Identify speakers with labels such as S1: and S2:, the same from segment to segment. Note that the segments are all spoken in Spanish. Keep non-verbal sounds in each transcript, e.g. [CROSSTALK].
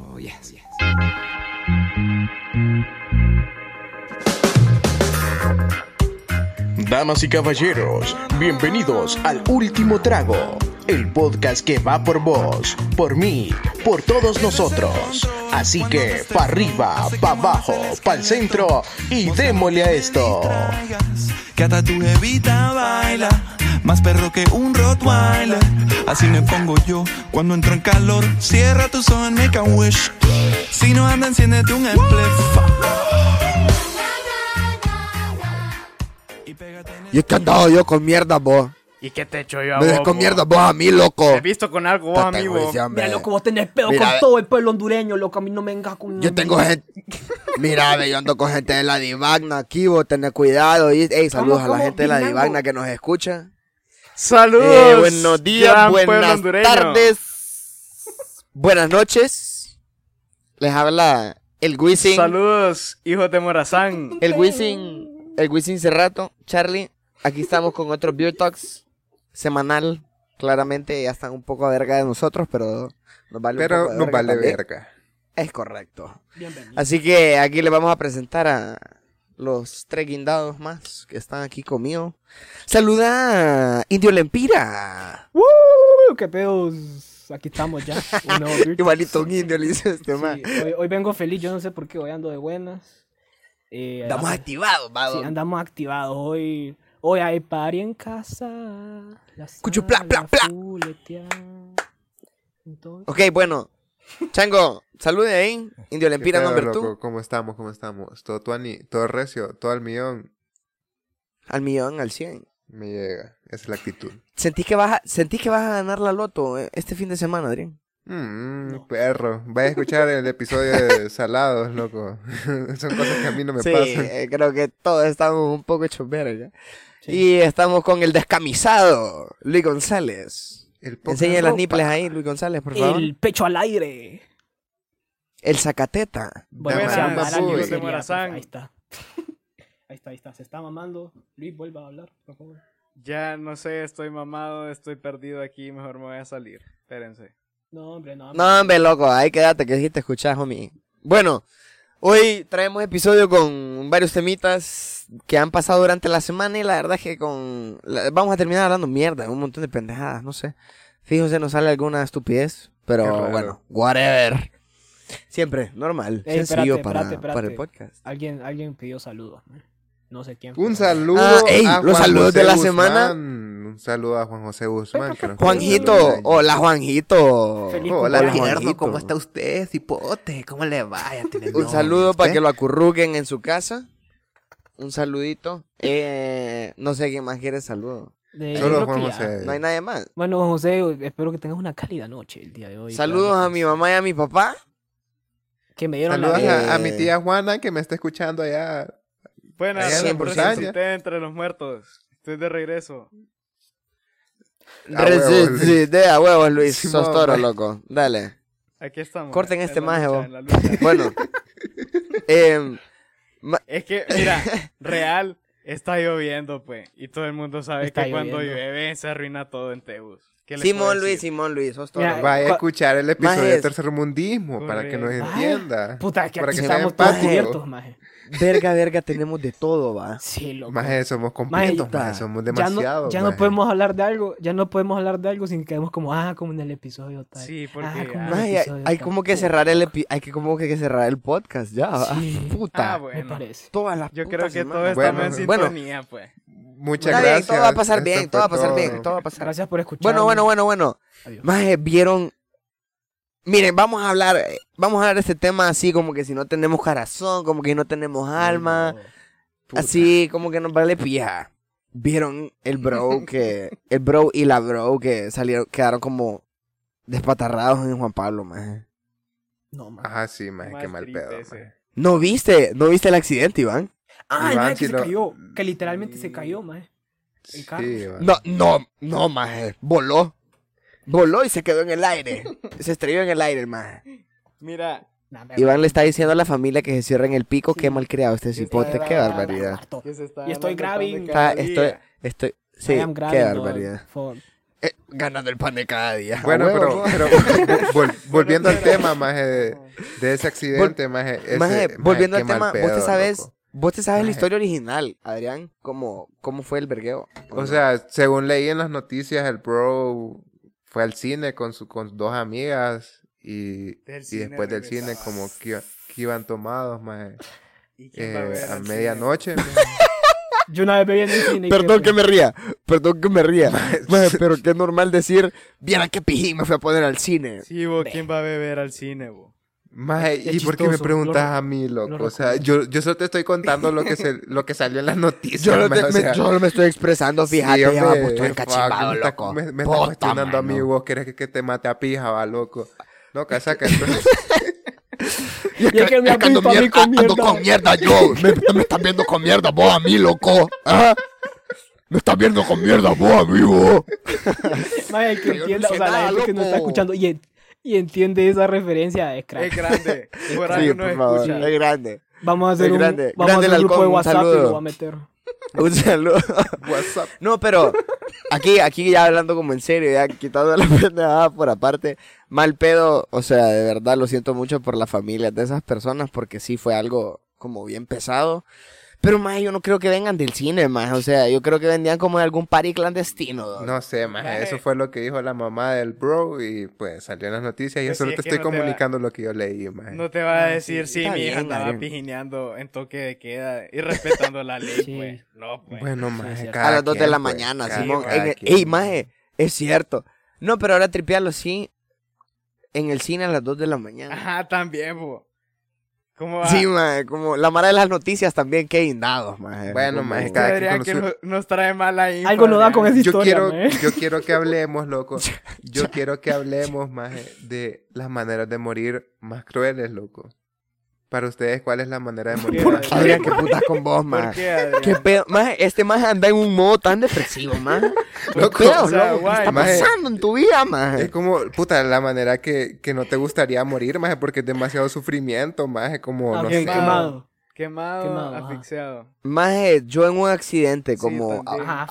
S1: Oh, yes, yes.
S2: Damas y caballeros, bienvenidos al último trago, el podcast que va por vos, por mí, por todos nosotros. Así que, pa' arriba, pa' abajo, pa' el centro y démosle a esto.
S3: traigas, Que hasta tu jevita baila Más perro que un Rottweiler Así me pongo yo cuando entro en calor Cierra tu zona, make a wish Si no anda, enciéndete un spliff Y pégate en
S4: Y es que andado yo con mierda, vos.
S5: ¿Y qué te echo yo a
S4: Me des
S5: vos,
S4: con
S5: mo?
S4: mierda, vos a mí, loco.
S5: Te he visto con algo, vos,
S4: Te tengo
S5: amigo.
S4: ese hambre.
S6: Mira, loco, vos tenés pedo
S4: Mira,
S6: con
S4: ve-
S6: todo el pueblo hondureño, loco. A mí no me vengas con.
S4: Yo tengo gente. [LAUGHS] Mira, ve, yo ando con gente de la Divagna aquí, vos tenés cuidado. Y, ey, saludos
S6: ¿Cómo,
S4: a la
S6: cómo?
S4: gente de la
S6: Dilango.
S4: Divagna que nos escucha.
S5: Saludos.
S4: Eh, buenos días,
S5: gran pueblo
S4: buenas
S5: hondureño.
S4: tardes, buenas noches. Les habla el Wisin.
S5: Saludos, hijos de Morazán.
S4: El Wisin. El Wisin Cerrato, Charlie. Aquí estamos con otro Beer Talks semanal. Claramente ya están un poco a verga de nosotros, pero nos vale un poco
S7: Pero
S4: de
S7: nos vale
S4: también.
S7: verga.
S4: Es correcto.
S6: Bienvenido.
S4: Así que aquí les vamos a presentar a los tres guindados más que están aquí conmigo. Saluda a Indio Lempira.
S6: ¡Woo! ¡Qué pedos! Aquí estamos
S4: [LAUGHS]
S6: ya. Un nuevo Beer Talks.
S4: Igualito un indio le hizo este man.
S6: Sí, hoy, hoy vengo feliz, yo no sé por qué, hoy ando de buenas. Eh,
S4: Estamos activados,
S6: sí,
S4: vado.
S6: andamos activados hoy. Hoy hay party en casa. La
S4: Cucho, pla,
S6: sala
S4: pla, pla.
S6: fuletea. Entonces,
S4: Ok, bueno. Chango, salude ahí. Indio
S7: ¿Qué
S4: Lempira,
S7: pedo,
S4: nombre
S7: loco?
S4: tú.
S7: ¿Cómo estamos? ¿Cómo estamos? Todo tuani, todo recio, todo al millón.
S4: Al millón, al cien.
S7: Me llega. Esa es la actitud.
S4: ¿Sentís que, vas a, sentís que vas a ganar la loto eh, este fin de semana, Adrián?
S7: Mm, perro. Vaya a escuchar el episodio de [LAUGHS] Salados, loco. [LAUGHS] Son cosas que a mí no me
S4: sí,
S7: pasan.
S4: eh, creo que todos estamos un poco hechos verga.
S6: Sí.
S4: Y estamos con el descamisado, Luis González.
S7: El poca
S4: Enseña las
S7: ropa.
S4: niples ahí, Luis González, por favor. El,
S6: el pecho al aire.
S4: Zacateta.
S6: Bueno,
S7: Dame
S6: se
S7: un
S6: llamará
S7: babuy.
S6: Luis
S5: Se llamará
S6: Elia, pues,
S5: San.
S6: Ahí está. [LAUGHS] Ahí está, ahí está. Se está mamando. Luis, vuelva a hablar, por favor.
S5: Ya no sé, estoy mamado, estoy perdido aquí, mejor me voy a salir. Espérense.
S6: No, hombre, no.
S4: No, hombre, loco, ahí quédate que sí te escuchás, homie. Bueno, hoy traemos episodio con varios temitas que han pasado durante la semana y la verdad es que con... la- Vamos a terminar hablando mierda, un montón de pendejadas, no sé. Fíjense, nos sale alguna estupidez,
S7: Qué
S4: pero
S7: raro.
S4: bueno, whatever. Siempre, normal,
S6: Ey,
S4: sencillo
S6: espérate,
S4: para,
S6: espérate, espérate.
S4: para el podcast.
S6: Alguien, alguien pidió saludos. ¿no? No sé quién.
S7: Un
S6: pero-
S7: saludo.
S4: Ah, ey,
S7: a
S4: los
S7: Juan
S4: saludos
S7: José
S4: de la
S7: Guzmán.
S4: semana.
S7: Un saludo a Juan José Guzmán. que nos
S4: Juanjito,
S7: conoce.
S4: hola Juanjito.
S6: Feliz
S7: Hola,
S6: cumpleaños.
S7: Juanjito.
S8: ¿Cómo está usted, cipote? ¿Cómo le va? Ya tiene
S4: Un
S8: novio
S4: saludo para
S8: usted.
S4: que lo acurruquen en su casa. Un saludito. Eh, no sé quién más quiere saludo.
S6: De- yo
S7: Solo
S6: creo
S7: Juan
S6: que ya.
S7: José.
S4: No hay nadie más.
S6: Bueno, Juan José, espero que tengas una cálida noche el día de hoy.
S4: Saludos
S5: pues.
S6: Claro,
S4: a mi mamá y a mi papá.
S6: Que me dieron
S7: Saludos
S4: la- Eh.
S7: a, a mi tía Juana que me está escuchando allá.
S5: Buenas,
S7: Allá
S4: en
S5: resucité
S7: Portales.
S5: entre los muertos. Estoy de regreso.
S7: A huevo, Luis.
S4: Resiste a huevos, Luis.
S7: Sí,
S4: Sos toro,
S7: mamá.
S4: loco. Dale.
S5: Aquí estamos.
S4: Corten
S5: en
S4: este
S5: la
S4: maje,
S5: lucha,
S4: vos.
S5: en la lucha.
S7: [LAUGHS]
S4: Bueno. Em,
S5: Es que,
S4: [LAUGHS]
S5: mira, real, está lloviendo, pues. Y todo el mundo sabe
S6: Está
S5: que cuando
S6: lloviendo.
S5: llueve se arruina todo en Tebus. ¿Qué les puedo
S4: Simón Luis,
S5: decir?
S4: Simón Luis. Sos
S6: Mira,
S4: toro.
S7: Vaya a
S6: Cu-
S7: escuchar el episodio
S4: Majes.
S7: de Tercermundismo para que nos
S5: Correcto.
S7: entienda.
S6: Puta, que
S7: para
S6: aquí
S7: que sea
S6: estamos todos
S4: empático.
S6: cubiertos, maje.
S4: Verga, verga, tenemos de todo, va.
S6: Sí, loco.
S7: Majes, somos
S6: Maje,
S7: completos,
S4: puta.
S7: majes, somos
S6: ya no,
S7: demasiados.
S6: ya no podemos hablar de algo, ya no podemos hablar de algo sin que quedemos como, ah, como en el episodio tal.
S5: Sí, porque,
S6: Ah, como
S5: ah,
S6: en el
S4: Maje, hay,
S6: episodio
S4: hay
S6: tal.
S4: como que
S6: Puta,
S4: cerrar el epi- hay que como que cerrar el podcast ya. va.
S6: Sí.
S4: Puta.
S5: Ah, bueno.
S6: Me parece.
S4: Todas las
S5: Yo
S4: putas
S5: creo que todo
S4: semanas.
S5: estamos
S7: Bueno,
S5: en
S4: bueno.
S5: sintonía, pues.
S7: Muchas
S4: Está bien,
S7: gracias.
S4: todo va a pasar
S7: Esto
S4: bien,
S7: fue
S4: todo va a pasar
S7: todo.
S4: bien, todo va a pasar
S6: Gracias por escuchar.
S4: Bueno, bueno, bueno, bueno.
S6: Adiós.
S4: Maje, vieron. Miren, vamos a hablar, eh, vamos a hablar de este tema así como que si no tenemos corazón, como que no tenemos alma, así como que nos vale pija. Vieron el bro que, el bro y la bro que salieron, quedaron como despatarrados en Juan Pablo, maje.
S6: No, maje.
S4: Ah,
S7: Ajá, sí, majes,
S5: Más
S7: qué mal
S5: triste
S7: pedo.
S5: ese.
S7: majes.
S4: ¿No viste? ¿No viste el accidente, Iván?
S6: Ah, el
S7: Iván,
S6: maje que
S7: si
S6: se
S7: lo-
S6: cayó. Que literalmente se cayó, maje. El carro.
S7: Sí, va.
S4: No, no, no, maje. Voló. Voló y se quedó en el aire. Se estrelló en el aire, maje.
S5: Mira,
S6: Nah, me-
S4: Iván le está diciendo a la familia que se cierre en el pico,
S6: Sí.
S4: qué malcriado este
S5: Sí,
S4: cipote,
S5: está
S4: qué
S5: grabado.
S4: barbaridad.
S5: que se está
S6: Y estoy
S5: hablando tan de
S6: grabbing.
S4: Está-
S5: cada
S4: estoy,
S5: día.
S4: estoy, sí,
S6: I
S4: qué
S6: am grabbing, dog,
S4: barbaridad.
S6: for-
S4: eh, ganando el pan de cada día.
S7: Bueno,
S4: A Ah, huevo, po.
S7: pero, pero vol- vol-
S4: [LAUGHS]
S7: volviendo al tema, maje, de, de ese accidente, maje, ese-
S4: Maje,
S7: maje,
S4: volviendo
S7: qué
S4: al tema,
S7: mal
S4: vos
S7: pedo,
S4: te sabes,
S7: loco.
S4: vos te sabes la
S7: Maje.
S4: historia original, Adrián, cómo, cómo fue el vergueo.
S7: O sea, según leí en las noticias, el bro fue al cine con, su, con dos amigas y,
S5: Del
S7: y
S5: cine
S7: después del cine
S5: regresaba.
S7: como que, iba- que iban tomados, maje,
S5: ¿Y quién va
S7: eh,
S5: ver
S7: a
S5: al cine?
S7: [LAUGHS] medianoche.
S6: Yo una vez me vi en el cine. y
S4: Perdón que
S6: fue-
S4: me ría, perdón que me ría, [LAUGHS] Maje, pero que es normal decir, viera qué pijín me fui a poner al cine.
S5: Sí, vos, ¿quién va a beber al cine, vos?
S7: Maje,
S6: Qué
S7: ¿y por qué me
S6: chistoso,
S7: preguntas
S6: lo-
S7: a mí, loco?
S6: lo
S7: o sea, yo, yo solo te estoy contando lo que, se, lo que salió en las noticias.
S4: Yo, no te-
S7: maje, o
S4: me,
S7: sea,
S4: yo no me estoy expresando,
S7: sí,
S4: fíjate, ya
S7: hombre,
S4: vamos, estoy
S7: fuck,
S4: encachimbado,
S7: me está-
S4: loco.
S7: Me, me estás
S4: Puta,
S7: cuestionando a mí,
S4: mano.
S7: vos querés que, que te mate a pija, va, loco. No, casaca, entonces...
S6: Y es que me
S4: [LAUGHS]
S6: ha
S4: Ando
S6: visto a mí
S4: mierda,
S6: con
S4: ando
S6: mierda. [LAUGHS]
S4: con mierda yo. Me, me están viendo con mierda vos a mí, loco. ¿Ah? Me estás viendo con mierda vos a mí, vos.
S6: Maje, el que
S4: no
S6: entienda, o
S4: sé
S6: sea, la
S4: nada,
S6: gente que no está
S4: loco. Eh,
S6: escuchando y, en- y entiende esa referencia es
S5: [LAUGHS] Es
S6: crack.
S5: grande. Por
S4: Sí,
S5: ahí no
S4: por favor.
S5: escucha.
S4: Es grande.
S6: Vamos a hacer
S4: es
S6: un,
S4: eh, grande.
S6: vamos a
S4: Grande
S6: hacer
S4: el
S6: un grupo
S4: halcón,
S6: de
S4: un
S6: WhatsApp y
S4: saludo.
S6: lo voy a meter.
S4: [LAUGHS] Un saludo.
S7: WhatsApp.
S4: No, pero aquí, aquí ya hablando como en serio, ya quitando la [LAUGHS] pendejada por aparte, mal pedo, o sea, de verdad lo siento mucho por las familias de esas personas porque sí fue algo como bien pesado. Pero más, yo no creo que vengan del cine, más, o sea, yo creo que vendían como de algún party clandestino. dog.
S7: No sé, maje,
S5: Maje.
S7: eso fue lo que dijo la mamá del bro y pues salió en las noticias y
S5: Pues
S7: yo solo
S5: sí, es
S7: te
S5: que
S7: estoy
S5: no te va-
S7: comunicando lo que yo leí, maje.
S5: No te va a decir, sí,
S4: Está
S5: mi hija
S4: bien,
S5: andaba
S4: Adrián.
S5: pijineando en toque de queda y respetando la ley,
S6: Sí.
S5: pues. No, pues.
S7: Bueno, maje,
S6: cierto.
S7: cada
S4: a las 2 de
S7: quien,
S4: la
S7: pues,
S4: mañana,
S7: cada-
S4: Simón.
S7: cada
S4: En el-
S7: quien.
S4: ey, maje, es cierto. No, pero ahora tripearlo sí. En el cine a las 2 de la mañana.
S5: Ajá, también, bo. ¿Cómo va?
S4: Sí, maje, como la mara de las noticias también, qué indados, maje.
S7: Bueno,
S4: Como-
S7: maje, cada-
S5: Adrián,
S7: quien
S5: que
S7: conoció-
S5: no- nos trae mala info.
S6: Algo no da
S5: Adrián.
S6: con esa
S7: Yo
S6: historia, eh.
S5: [LAUGHS]
S7: quiero,
S6: maje.
S7: yo quiero que hablemos, loco. Yo quiero que hablemos, maje, de las maneras de morir más crueles, loco. Para ustedes, ¿cuál es la manera de morir?
S5: ¿Por
S7: más
S5: qué?
S4: Adrián, qué putas con vos,
S5: ¿Por
S4: maje.
S5: qué, Adrián?
S4: Qué pedo, maje, este maje anda en un modo tan depresivo, maje.
S7: Loco,
S4: Qué pedo,
S5: o sea,
S4: loco, ¿qué está
S7: guay.
S4: pasando en tu vida,
S7: Es
S6: Eh.
S4: maje?
S7: como, puta, la manera que, que no te gustaría morir, maje, porque es demasiado sufrimiento, maje, como,
S6: Ah,
S7: no
S6: bien
S7: sé.
S6: quemado.
S5: Quemado,
S6: Quemado, ajá.
S5: asfixiado.
S4: Maje, yo en un accidente
S5: Sí,
S4: como
S5: también.
S4: a-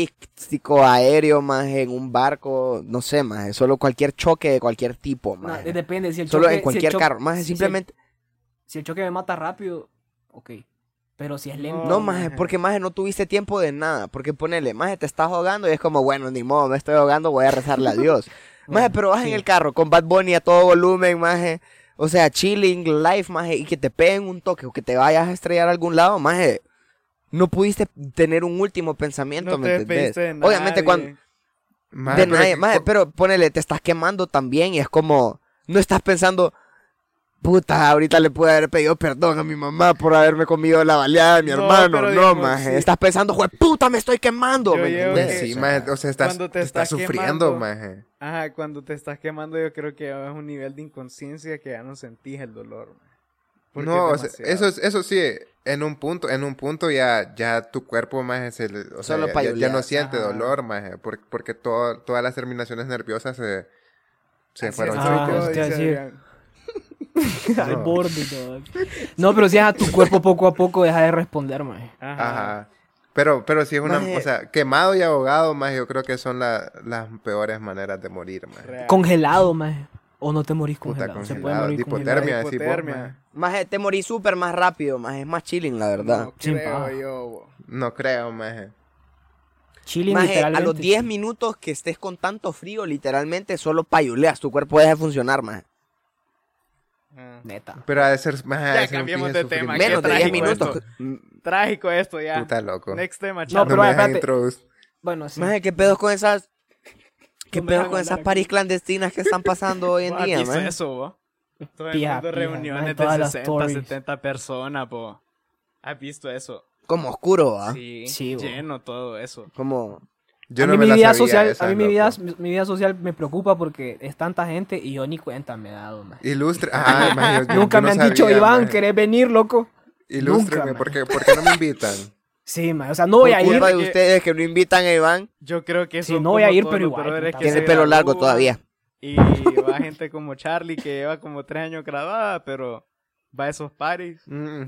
S4: automovilístico, aéreo, maje, en un barco, no sé, maje, solo cualquier choque de cualquier tipo,
S6: No,
S4: maje.
S6: depende. Si el
S4: Solo
S6: choque,
S4: en cualquier
S6: si el
S4: carro.
S6: más
S4: Más simplemente.
S6: Si el choque me mata rápido, ok. Pero si es lento.
S4: No, más porque más no tuviste tiempo de nada. Porque ponele, más te estás ahogando y es como, bueno, ni modo, me estoy ahogando, voy a rezarle a
S5: [LAUGHS]
S4: Dios. Más
S5: Mm,
S6: Bueno,
S4: pero vas en
S6: sí.
S4: el carro con Bad Bunny a todo volumen, más O sea, chilling, life, más y que te peguen un toque o que te vayas a estrellar a algún lado, más no pudiste tener un último pensamiento,
S5: No
S4: ¿me
S5: te
S4: entendés?
S5: despediste de nadie.
S4: Obviamente cuando
S7: Maje,
S4: de
S7: pero
S4: nadie,
S7: que-
S4: maje, pero ponele, te estás quemando también y es como, no estás pensando, puta, ahorita le pude haber pedido perdón a mi mamá por haberme comido la baleada de mi
S5: No,
S4: hermano,
S5: pero
S4: no,
S5: digamos,
S4: maje,
S5: sí.
S4: estás pensando, jue puta, me estoy quemando,
S5: Yo
S4: ¿me
S5: llevo
S7: Pues
S4: entendés?
S5: que-
S7: sí,
S4: O sea,
S7: maje, o sea, estás,
S5: cuando te
S7: te estás
S5: estás
S7: sufriendo, eh.
S5: quemando.
S7: maje.
S5: Ajá, cuando te estás quemando, yo creo que es un nivel de inconsciencia que ya no sentís el dolor. man. Porque
S7: No,
S5: es
S7: o sea,
S5: demasiado.
S7: eso, es- eso sí, en un punto, en un punto ya, ya tu cuerpo, maje, se le- o sea,
S4: Solo
S7: ya-
S4: pa'
S7: ya, ya no
S4: yulear,
S7: siente
S5: ajá.
S7: dolor, maje, por- porque todo- todas las terminaciones nerviosas se, se
S5: Así
S7: fueron.
S5: estoy
S6: Ah,
S5: yo,
S6: eso te iba a
S5: dice
S6: decir. [LAUGHS]
S5: Adrián.
S6: Al borde, dog. No, pero si es a tu cuerpo poco a poco deja de responder, maje.
S5: Ajá.
S7: Ajá. Pero, pero sí es una,
S4: Maje.
S7: o sea, quemado y ahogado, maje, yo creo que son la- las peores maneras de morir, maje.
S5: Real.
S6: Congelado, maje. O no te morís
S7: Puta,
S6: congelado. Se puede
S7: congelado,
S6: morir
S7: tipo
S6: congelado.
S7: termia, decís vos,
S5: Hipotermia.
S7: maje.
S4: maje, te morí súper más rápido, maje, es más chilling, la verdad.
S5: No
S6: Sin
S5: creo
S6: paja.
S5: yo, bo.
S7: No creo, maje.
S6: Chile,
S4: Maje, a
S6: literalmente.
S4: los 10 minutos que estés con tanto frío, literalmente solo payuleas, tu cuerpo deja de funcionar, maje.
S5: Ah.
S6: Neta.
S7: Pero ha de ser, maje, ha
S5: Ya
S7: de ser un
S5: cambiemos
S7: pinche
S5: de tema, ¿A Ah, qué
S4: Menos de 10
S5: trágico
S4: minutos.
S5: Trágico esto ya.
S7: Puta loco.
S5: Next tema,
S6: No,
S5: chavo.
S7: No
S6: pero
S7: me dejan
S6: espérate.
S7: introducir.
S6: Bueno, sí.
S4: Maje, ¿qué pedos con esas... ¿Qué
S6: No me
S4: pedos
S6: hagan
S4: con esas
S6: hablar
S4: paris
S6: aquí.
S4: clandestinas que están pasando hoy en
S5: Buah,
S4: día,
S5: ¿qué hizo
S4: maje?
S5: eso, bo? Todo el
S6: Pija,
S5: mundo
S6: pija, maje,
S5: reuniones
S6: todas
S5: de
S6: las
S5: 60,
S6: stories.
S5: 70 personas, bo. ¿Has visto eso?
S4: Como oscuro, ¿ah?
S5: Sí,
S6: Sí, bo.
S5: lleno todo eso.
S4: Como...
S7: Yo
S6: a
S7: no
S6: mí,
S7: me
S6: mi,
S7: la
S6: vida
S7: sabía
S6: social,
S7: esa,
S6: a mí mi, vida,
S7: loco.
S6: mi vida social me preocupa porque es tanta gente y yo ni cuenta me he dado, maje.
S7: Ilustre.
S6: [LAUGHS]
S7: Ajá, maje, Ah, yo- yo
S6: Nunca me
S7: no
S6: han dicho,
S7: sabía,
S6: Iván,
S7: maje.
S6: ¿querés venir, loco?
S7: Ilústrame,
S6: Nunca,
S7: ¿por qué, por qué no me invitan?
S6: Sí, maje. O sea, no voy
S4: por
S6: a ir.
S4: culpa de
S5: porque-
S4: ustedes que no invitan a Iván.
S5: Yo creo que
S6: Sí,
S5: eso.
S6: no voy a
S5: como
S6: ir,
S5: todos
S6: pero
S5: los
S6: igual,
S5: dolores
S6: puta
S5: que
S6: madre.
S4: Tiene
S5: se
S4: pelo largo
S5: gradúan.
S4: todavía.
S5: Y va gente como Charlie que lleva como tres años grabada, pero va a esos paris.
S7: Mm.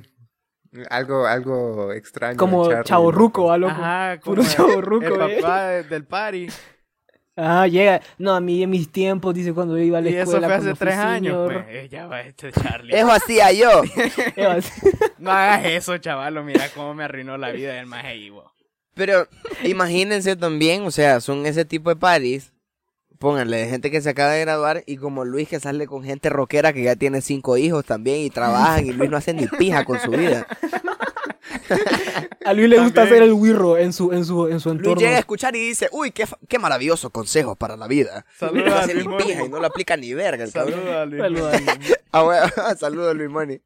S7: Algo, algo extraño.
S6: Como
S7: Charlie,
S6: chaborruco,
S7: loco.
S6: ¿va, loco?
S5: Ajá, como
S6: Puro
S5: el,
S6: chaborruco,
S5: el
S6: eh.
S5: papá de- del party.
S6: Ah, llega. No, a mí en mis tiempos, dice, cuando yo iba a la
S5: Y eso
S6: escuela.
S5: fue hace
S6: cuando fui
S5: tres años,
S6: señor.
S5: pues. Eh, ya va este Charlie.
S4: Eso hacía yo. [LAUGHS]
S6: Eva, sí.
S5: No hagas eso, chavalo. Mira cómo me arruinó la vida del maje Ivo.
S4: Pero imagínense también, o sea, son ese tipo de parties. Pónganle, gente que se acaba de graduar y como Luis que sale con gente rockera que ya tiene cinco hijos también y trabajan y Luis no hace ni pija con su vida.
S6: A Luis le gusta
S5: También.
S6: hacer el wirro en su, en su, en su
S4: Luis
S6: entorno.
S4: llega a escuchar y dice, uy, qué, fa- qué maravilloso consejo para la vida.
S5: Saluda
S4: Y no
S5: a
S4: hace ni
S5: Luis Moni.
S4: pija y no lo aplica ni verga el cabrón.
S5: Saluda, Luis.
S6: Saluda, Luis.
S4: Ah, bueno, [LAUGHS] Saludos, Luis Moni.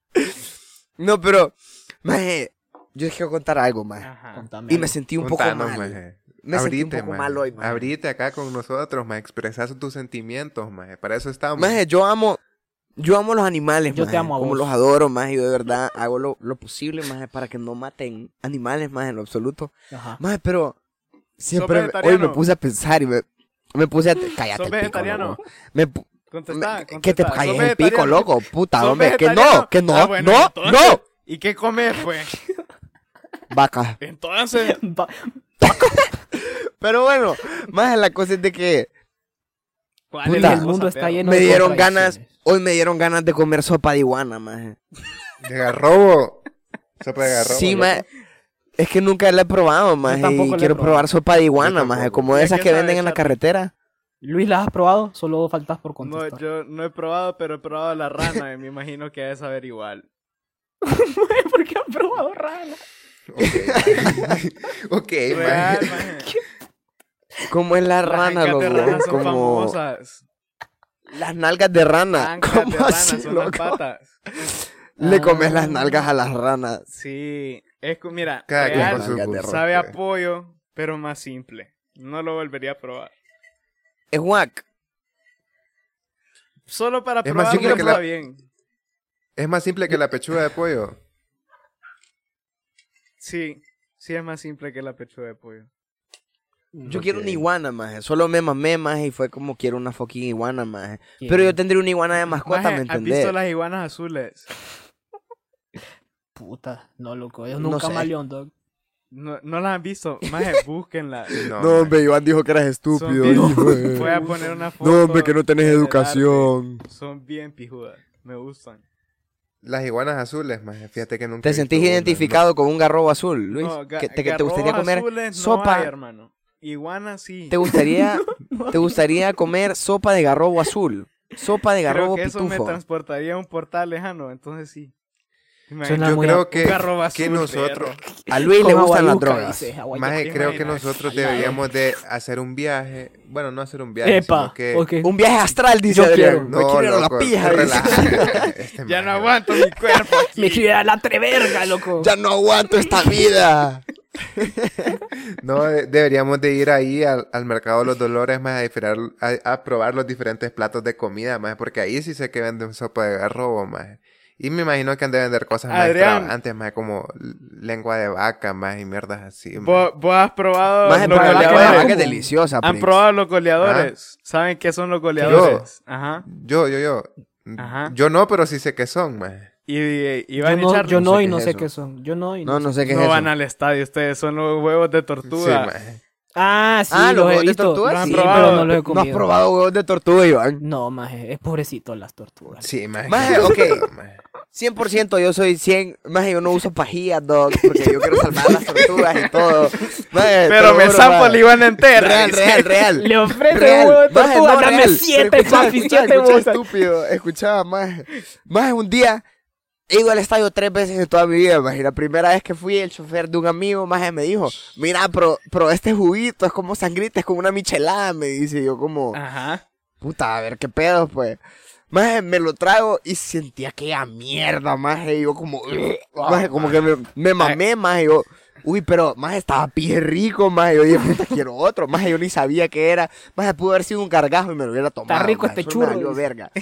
S4: No, pero, maje, yo quiero contar algo, maje.
S5: Ajá.
S6: Contame
S4: Y me
S6: algo.
S4: sentí un poco
S7: Contanos,
S4: mal.
S7: maje.
S4: Me sentí un
S7: Abrite,
S4: poco
S7: maje.
S4: mal hoy, maje.
S7: Abrite acá con nosotros, maje. Expresar tus sentimientos, maje. Para eso estamos.
S4: Maje, yo amo. Yo amo los animales,
S6: Yo te
S4: maje,
S6: amo a
S4: como
S6: vos.
S4: los adoro, más yo de verdad hago lo, lo posible, más para que no maten animales, más en lo absoluto.
S6: Ajá.
S4: Más, pero siempre me- hoy
S5: vegetariano?
S4: me puse a pensar y me, me puse a cállate el
S5: ¿Sos
S4: pico,
S5: vegetariano?
S4: loco. Me pu-
S5: Contestá,
S4: me- que te
S5: contestá.
S4: calles
S5: ¿Sos
S4: el pico,
S5: vegetariano?
S4: loco, puta,
S5: ¿Sos
S4: hombre, que no,
S5: vegetariano?
S4: que no,
S5: Ah, bueno,
S4: no,
S5: entonces-
S4: no,
S5: ¿Y qué comes, pues?
S4: vaca.
S5: Entonces,
S6: Va-
S4: Pero bueno, más la cosa es de que
S5: ¿cuál
S4: Puta.
S5: la
S6: El mundo
S5: cosa,
S6: está
S5: perro?
S6: lleno- No
S4: me
S6: hay
S4: dieron
S6: contradicciones.
S4: ganas, hoy me dieron ganas de comer sopa de iguana, más.
S7: Llega robo. Sopa de garrobo.
S4: Sí,
S7: loco.
S4: maje. Es que nunca la he probado, maje.
S6: tampoco
S4: Y
S6: la he
S4: quiero
S6: probado.
S4: probar sopa de iguana,
S7: Yo
S4: maje.
S7: tampoco.
S4: Como
S5: ¿Y a
S4: esas
S5: qué
S4: que
S5: sabe,
S4: venden en la
S5: Charlie?
S4: carretera.
S6: Luis, ¿las has probado? Solo faltas por
S5: No,
S6: contestar.
S5: yo no he probado, pero he probado la rana. y me imagino que ha de saber
S7: [LAUGHS]
S5: igual.
S6: [LAUGHS] ¿Por qué han probado rana?
S7: Ok. [LAUGHS] ok,
S5: Real,
S7: maje.
S5: maje.
S4: ¿Cómo es la
S5: Las
S4: rana,
S5: ancas de
S4: loco?
S5: rana son
S4: Como
S7: [LAUGHS]
S5: famosas.
S4: las nalgas de rana.
S5: Ancas de
S4: ¿Cómo
S5: rana
S4: así,
S5: son las
S4: loco?
S5: patas.
S4: Le comes las
S6: Ah.
S4: nalgas a las ranas.
S5: Sí. Es, cu- mira,
S7: Cada quien
S5: real,
S7: con su pues.
S4: Nalgas de
S7: gusto.
S5: sabe a pollo, pero más simple. No lo volvería a probar.
S4: Es guac.
S5: Solo para
S7: Es
S5: probar
S7: más simple
S5: no
S7: que
S5: está
S7: la-
S5: bien.
S7: Es más simple que la pechuga de pollo.
S5: Sí, sí es más simple que la pechuga de pollo.
S4: Yo quiero una
S7: Ok.
S4: iguana, maje. Solo me mamé, maje. Y fue como quiero una fucking iguana, maje. Pero yo tendría una iguana de mascota,
S5: Maje,
S4: ¿me
S5: ¿Has visto
S4: entendés?
S5: las iguanas azules?
S6: Puta, no, loco. Es
S4: No
S6: un
S4: sé.
S6: camaleón, dog.
S5: No, no las han
S7: [LAUGHS]
S5: visto. Maje, búsquenlas.
S1: No,
S7: No, maje.
S1: hombre, Iván dijo que eras
S5: Son
S1: estúpido.
S5: bien-
S1: hijo de-
S5: Voy a poner una foto.
S1: No, hombre, que no tenés
S5: en el
S1: educación.
S5: arte. Son bien pijudas. Me gustan.
S7: Las iguanas azules, maje. Fíjate que nunca.
S4: ¿Te
S7: he
S4: sentís
S7: visto una,
S4: identificado con un garrobo azul, Luis?
S5: No, ga-
S4: ¿Que te, que te gustaría
S5: garrobas
S4: comer
S5: azules no
S4: sopa?
S5: hay, hermano. Iguanas sí.
S4: ¿Te
S5: [LAUGHS]
S4: gustaría, ¿Te gustaría comer sopa de garrobo azul? Sopa de
S5: Creo
S4: garrobo
S5: que eso me
S4: pitufo.
S5: transportaría a un portal lejano, entonces sí.
S6: Suena
S5: Imagínate,
S7: Yo
S6: muy
S7: creo
S6: a-
S7: que,
S5: un garrobo
S7: que
S5: azul,
S7: nosotros, [LAUGHS]
S4: A Luis le
S6: Con
S4: gustan las
S6: aguayuca,
S4: drogas.
S6: dice, aguayuca.
S7: maje, creo que
S5: Imagina.
S7: nosotros deberíamos de hacer un viaje. Bueno, no hacer un viaje,
S6: Epa,
S7: sino que
S6: ok. [LAUGHS]
S4: Un viaje astral, dice
S6: Yo quiero.
S4: Adrián. Me quiero ir a la
S7: loco,
S4: pija.
S6: [LAUGHS]
S4: dice.
S7: relájate, este
S5: Ya no
S7: maje.
S5: aguanto mi
S4: [LAUGHS]
S5: cuerpo aquí.
S6: Me quiero ir a la treverga, loco.
S4: Ya no aguanto esta vida.
S7: No, de- deberíamos de ir ahí al, al mercado de los dolores más a, diferar- a, a probar los diferentes platos de comida más, porque ahí sí sé que venden sopa de garrobo más. Y me imagino que han de vender cosas más
S5: Adrián.
S7: extravagantes más, como l- lengua de vaca más y mierdas así.
S5: ¿Vos,
S7: Más.
S5: vos has probado
S4: Más en
S5: los
S4: la
S6: goleadores.
S4: vaca es
S5: goleadores?
S4: deliciosa. pues.
S5: ¿Han
S4: Prince.
S5: probado los
S1: ¿Ah?
S5: goleadores? ¿Saben qué son los goleadores? Ajá.
S7: Yo, yo, yo.
S5: Ajá.
S7: Yo no, pero sí sé que son más.
S5: Y, y- y
S6: Yo
S5: van a
S6: no,
S5: echar
S6: yo no,
S7: sé
S6: y
S7: qué
S6: no
S7: es
S6: sé
S7: eso.
S6: qué son. Yo no y no.
S4: No, no sé qué es
S5: no
S4: eso.
S5: van al estadio, ustedes son los huevos de tortuga.
S7: Sí, maje.
S6: Ah, sí,
S4: Ah, los
S6: los he
S4: huevos de
S6: visto.
S4: tortuga.
S5: Los
S4: sí,
S5: han probado.
S6: pero no los he
S4: pero No has
S6: comido.
S4: probado huevos de tortuga, Iván.
S6: No, maje, es pobrecito las tortugas.
S7: Sí, maje.
S4: Maje,
S7: qué
S4: ok.
S7: rico, maje.
S4: 100% yo soy 100. Más yo no uso pajillas, dog. Porque yo quiero salvar a las tortugas y
S5: [LAUGHS]
S4: todo. Maje,
S5: Pero
S4: te
S5: me
S4: juro,
S5: zampo
S4: maje.
S5: el Iván entero.
S4: Real, real, real.
S6: Le ofrece
S4: Real,
S6: un huevo de
S4: maje,
S6: tortuga,
S4: no,
S6: dame
S4: real.
S6: siete,
S4: Pero escuchá,
S6: papi,
S4: escuchá,
S6: siete
S4: escuchá,
S6: bolsas.
S4: estúpido, escuchaba más. Más un día he ido al estadio tres veces en toda mi vida, más. Y la primera vez que fui, el chofer de un amigo, más eh, me dijo, mira, pero, pero este juguito es como sangrita, es como una michelada, me dice. Y yo como,
S5: Ajá.
S4: puta, a ver qué pedo, pues. Más me lo trago y sentí aquella mierda, más. Y yo como, más como que me, me mamé, más. Y yo, uy, pero más estaba bien rico, más. Yo dije, puta, quiero otro, más. Yo ni sabía qué era. Más pudo haber sido un cargajo y me lo hubiera tomado.
S6: rico
S4: maje,
S6: este
S4: solo
S6: churro,
S4: me valió
S6: dice.
S4: verga.